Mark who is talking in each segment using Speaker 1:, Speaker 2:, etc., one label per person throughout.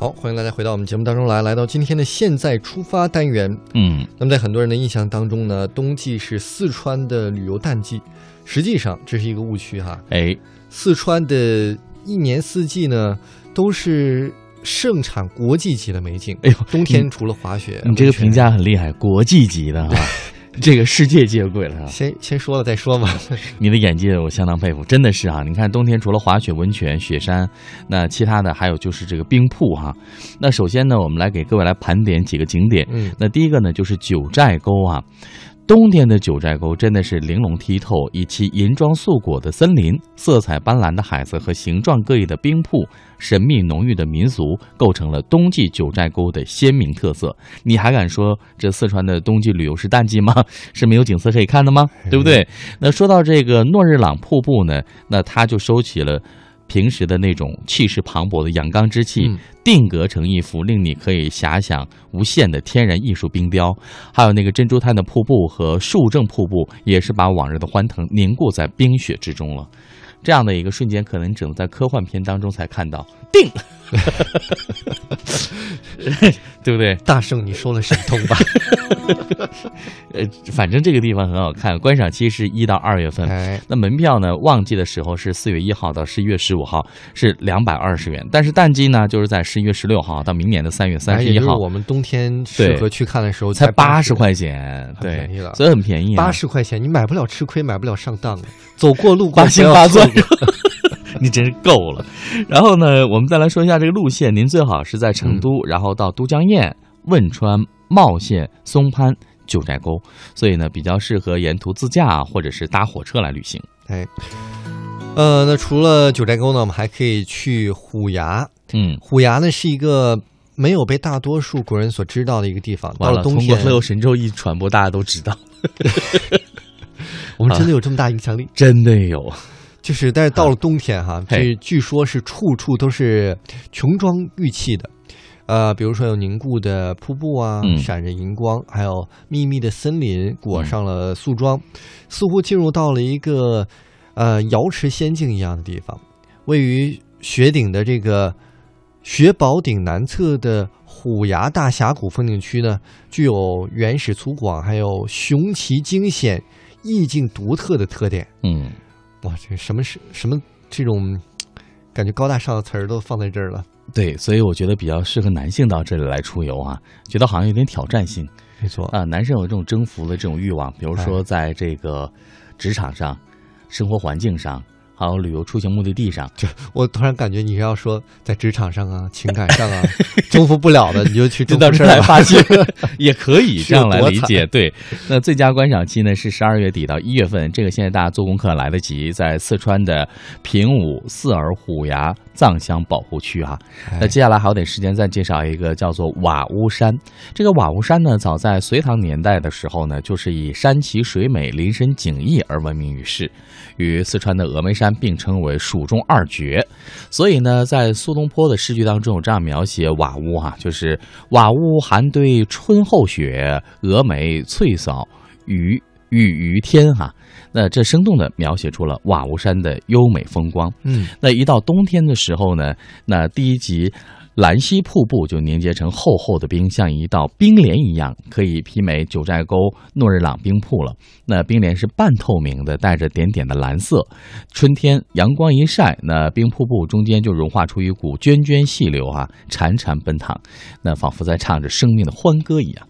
Speaker 1: 好，欢迎大家回到我们节目当中来，来到今天的现在出发单元。
Speaker 2: 嗯，
Speaker 1: 那么在很多人的印象当中呢，冬季是四川的旅游淡季，实际上这是一个误区哈。
Speaker 2: 哎，
Speaker 1: 四川的一年四季呢都是盛产国际级的美景，
Speaker 2: 哎呦
Speaker 1: 冬天除了滑雪，
Speaker 2: 你这个
Speaker 1: 温泉
Speaker 2: 评价很厉害，国际级的 啊，这个世界级的贵了啊！
Speaker 1: 先先说了再说嘛。
Speaker 2: 你的眼界我相当佩服，真的是啊！你看冬天除了滑雪、温泉、雪山，那其他的还有就是这个冰瀑哈、那首先呢，我们来给各位来盘点几个景点。
Speaker 1: 嗯，
Speaker 2: 那第一个呢，就是九寨沟啊。冬天的九寨沟真的是玲珑剔透，以其银装素裹的森林、色彩斑斓的海子和形状各异的冰瀑、神秘浓郁的民俗，构成了冬季九寨沟的鲜明特色。你还敢说这四川的冬季旅游是淡季吗？ 是没有景色可以看的吗？对不对？那说到这个诺日朗瀑布呢，那它就收起了。平时的那种气势磅礴的阳刚之气，
Speaker 1: 嗯
Speaker 2: 定格成一幅令你可以遐想无限的天然艺术冰雕。还有那个珍珠滩的瀑布和树正瀑布，也是把往日的欢腾凝固在冰雪之中了。这样的一个瞬间，可能只能在科幻片当中才看到。定， 对不对？
Speaker 1: 大圣，你收了神通 吧？
Speaker 2: 呃，反正这个地方很好看，观赏期是一到二月份。
Speaker 1: 哎，
Speaker 2: 那门票呢？旺季的时候是四月一号到十一月十五号，是两百二十元。但是淡季呢，就是在十一月十六号到明年的三月三
Speaker 1: 哎
Speaker 2: 十
Speaker 1: 也
Speaker 2: 一
Speaker 1: 就是
Speaker 2: 号，
Speaker 1: 我们冬天适合去看的时候
Speaker 2: 才八
Speaker 1: 十
Speaker 2: 十，块钱，
Speaker 1: 很
Speaker 2: 对
Speaker 1: 便宜了，
Speaker 2: 所以很便宜、啊。
Speaker 1: 八十块钱你买不了吃亏，买不了上当，走过路过
Speaker 2: 八星
Speaker 1: 不要
Speaker 2: 八
Speaker 1: 错
Speaker 2: 钻
Speaker 1: 过
Speaker 2: 你真是够了。然后呢，我们再来说一下这个路线，您最好是在
Speaker 1: 嗯
Speaker 2: 成都，然后到都江堰、汶川、茂县、松潘、九寨沟，所以呢，比较适合沿途自驾啊或者是搭火车来旅行。
Speaker 1: 哎，呃，那除了九寨沟呢，我们还可以去虎牙。
Speaker 2: 嗯，
Speaker 1: 虎牙呢是一个没有被大多数国人所知道的一个地方。到
Speaker 2: 完了，
Speaker 1: 冬
Speaker 2: 通过
Speaker 1: 天
Speaker 2: 《，乐游神州》一传播，大家都知道，
Speaker 1: 我们 真的有这么大影响力。
Speaker 2: 真的有。
Speaker 1: 就是，但是到了冬天哈，
Speaker 2: 嘿
Speaker 1: 据据说是处处都是琼妆玉砌的。呃，比如说有凝固的瀑布啊，
Speaker 2: 嗯
Speaker 1: 闪着银光，还有密密的森林裹上了素妆，似乎进入到了一个呃瑶池仙境一样的地方。位于雪顶的这个雪宝顶南侧的虎牙大峡谷风景区呢，具有原始粗犷，还有雄奇惊险、意境独特的特点。
Speaker 2: 嗯，
Speaker 1: 哇，这什么是什么这种感觉高大上的词儿都放在这儿了，
Speaker 2: 对，所以我觉得比较适合男性到这里来出游啊，觉得好像有点挑战性。
Speaker 1: 没错
Speaker 2: 啊、男生有这种征服的这种欲望，比如说在这个职场上、生活环境上，还有旅游出行目的地上，
Speaker 1: 我突然感觉你要说在职场上啊、情感上啊 征服不了的，你就去征
Speaker 2: 就到
Speaker 1: 服这
Speaker 2: 这儿
Speaker 1: 儿
Speaker 2: 来
Speaker 1: 吧。
Speaker 2: 发现，也可以
Speaker 1: 是
Speaker 2: 这样来
Speaker 1: 多
Speaker 2: 理
Speaker 1: 惨
Speaker 2: 解。对，那最佳观赏期呢是十二月底到一月份，这个现在大家做功课来得及，在四川的平武、四儿、虎牙、藏乡保护区啊。那
Speaker 1: 哎
Speaker 2: 接下来还有点时间再介绍一个叫做瓦屋山。这个瓦屋山呢，早在隋唐年代的时候呢，就是以山奇水美、林深景异而闻名于世，与四川的峨眉山并称为蜀中二绝。所以呢，在苏东坡的诗句当中有这样描写瓦屋哈、就是瓦屋寒堆春后雪，峨眉翠扫雨雨于天哈、那这生动地描写出了瓦屋山的优美风光。
Speaker 1: 嗯，
Speaker 2: 那一到冬天的时候呢，那第一集。兰溪瀑布就凝结成厚厚的冰，像一道冰帘一样，可以媲美九寨沟诺日朗冰瀑了。那冰帘是半透明的，带着点点的蓝色。春天阳光一晒，那冰瀑布中间就融化出一股涓涓细流啊，潺潺奔淌，那仿佛在唱着生命的欢歌一样。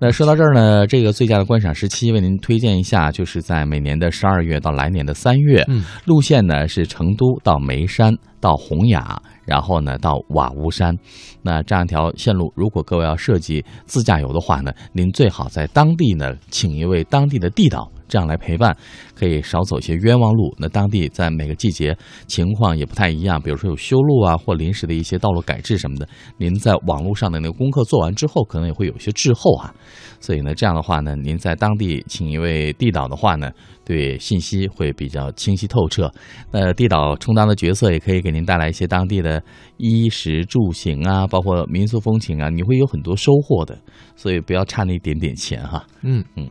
Speaker 2: 那说到这儿呢，这个最佳的观赏时期为您推荐一下，就是在每年的十二月到来年的三月。
Speaker 1: 嗯，
Speaker 2: 路线呢是成都到眉山到洪雅，然后呢到瓦屋山。那这样一条线路，如果各位要设计自驾游的话呢，您最好在当地呢请一位当地的地导，这样来陪伴，可以少走一些冤枉路。那当地在每个季节情况也不太一样，比如说有修路啊，或临时的一些道路改制什么的。您在网络上的那个功课做完之后，可能也会有一些滞后啊。所以呢，这样的话呢，您在当地请一位地导的话呢，对信息会比较清晰透彻。那地导充当的角色也可以给您带来一些当地的衣食住行啊，包括民俗风情啊，你会有很多收获的。所以不要差那一点点钱哈、
Speaker 1: 嗯
Speaker 2: 嗯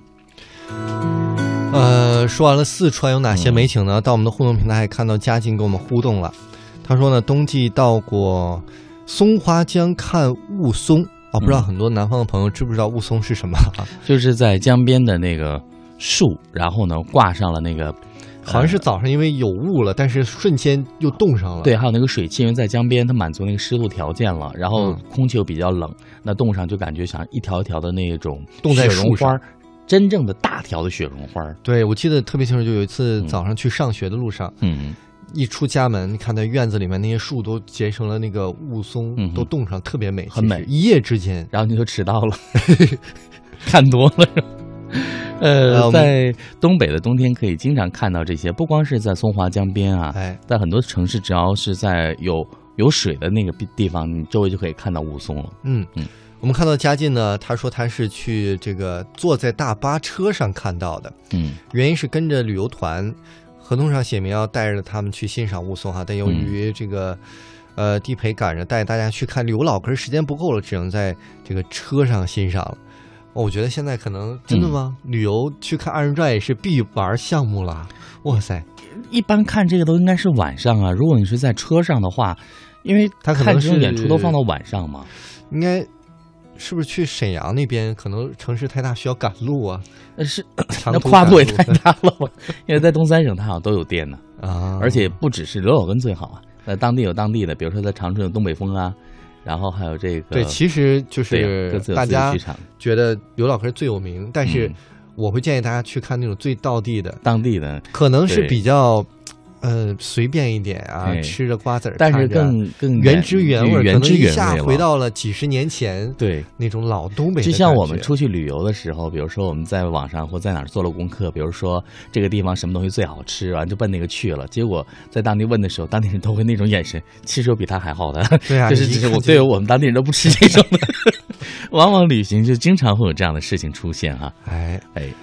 Speaker 1: 呃，说完了四川有哪
Speaker 2: 嗯
Speaker 1: 些美景呢？到我们的互动平台还看到嘉靖跟我们互动了，他说呢，冬季到过松花江看雾凇啊，不
Speaker 2: 嗯
Speaker 1: 知道很多南方的朋友知不知道雾凇是什么？啊
Speaker 2: 就是在江边的那个树，然后呢挂上了那 个，
Speaker 1: 嗯好像
Speaker 2: 呃
Speaker 1: 是早上因为有雾了，但是瞬间又冻上了。
Speaker 2: 对，还有那个水汽，因为在江边它满足那个湿度条件了，然后
Speaker 1: 嗯
Speaker 2: 空气又比较冷，那冻上就感觉像一条条的那种
Speaker 1: 冻在
Speaker 2: 雪绒
Speaker 1: 树
Speaker 2: 花
Speaker 1: 上
Speaker 2: 儿，真正的大条的雪绒花儿。
Speaker 1: 对，我记得特别清楚，就有一次早上去上学的路上，
Speaker 2: 嗯，
Speaker 1: 一出家门，你看到院子里面那些树都结成了那个雾凇，
Speaker 2: 嗯哼
Speaker 1: 都冻上，特别美，
Speaker 2: 很美
Speaker 1: 其实一夜之间。
Speaker 2: 然后你就迟到了， 看多了是吧。
Speaker 1: 呃
Speaker 2: 呃，
Speaker 1: 我们
Speaker 2: 在东北的冬天可以经常看到这些，不光是在松花江边啊，
Speaker 1: 哎，
Speaker 2: 在很多城市，只要是在有有水的那个地地方，你周围就可以看到雾凇了。
Speaker 1: 嗯
Speaker 2: 嗯
Speaker 1: 我们看到嘉靖呢，他说他是去这个坐在大巴车上看到的，
Speaker 2: 嗯
Speaker 1: 原因是跟着旅游团，合同上写明要带着他们去欣赏雾凇哈，但
Speaker 2: 嗯
Speaker 1: 由于这个。呃，地陪赶着带大家去看刘老，可是时间不够了，只能在这个车上欣赏了。哦，我觉得现在可能真的
Speaker 2: 嗯
Speaker 1: 吗？旅游去看二人转也是必玩项目啦。哇塞，
Speaker 2: 嗯一般看这个都应该是晚上啊，如果你是在车上的话，因为
Speaker 1: 他可
Speaker 2: 看
Speaker 1: 能
Speaker 2: 这种
Speaker 1: 是
Speaker 2: 演出都放到晚上嘛。
Speaker 1: 应该是不是去沈阳那边？可能城市太大，需要赶路 啊，
Speaker 2: 呃，是
Speaker 1: 长
Speaker 2: 那
Speaker 1: 途
Speaker 2: 跨
Speaker 1: 赶
Speaker 2: 度也太大了吧？因为在东三省它好像都有店呢，
Speaker 1: 啊，
Speaker 2: 而且不只是刘老根最好啊，在当地有当地的，比如说在长春有东北风啊，然后还有这个
Speaker 1: 对，其实就
Speaker 2: 呃对啊
Speaker 1: 是
Speaker 2: 各自有
Speaker 1: 大
Speaker 2: 自己
Speaker 1: 家
Speaker 2: 剧场，
Speaker 1: 觉得刘老根最有名，但是
Speaker 2: 嗯
Speaker 1: 我会建议大家去看那种最道地的，
Speaker 2: 当地的，
Speaker 1: 可能是
Speaker 2: 对
Speaker 1: 比较呃随便一点啊，
Speaker 2: 对
Speaker 1: 吃着瓜子儿，
Speaker 2: 但是
Speaker 1: 看着
Speaker 2: 更更
Speaker 1: 原汁原味儿，
Speaker 2: 原汁
Speaker 1: 可能一
Speaker 2: 原味
Speaker 1: 下
Speaker 2: 了
Speaker 1: 回到了几十年前
Speaker 2: 对。
Speaker 1: 那种老东北的感觉。
Speaker 2: 就像我们出去旅游的时候，比如说我们在网上或在哪儿做了功课，比如说这个地方什么东西最好吃，完就奔那个去了。结果在当地问的时候，当地人都会那种眼神，其实我比他还好的，
Speaker 1: 对啊，
Speaker 2: 就是
Speaker 1: 你一
Speaker 2: 只是
Speaker 1: 看
Speaker 2: 我
Speaker 1: 就
Speaker 2: 对我们当地人都不吃这种的。往往旅行就经常会有这样的事情出现哈、
Speaker 1: 哎。
Speaker 2: 哎。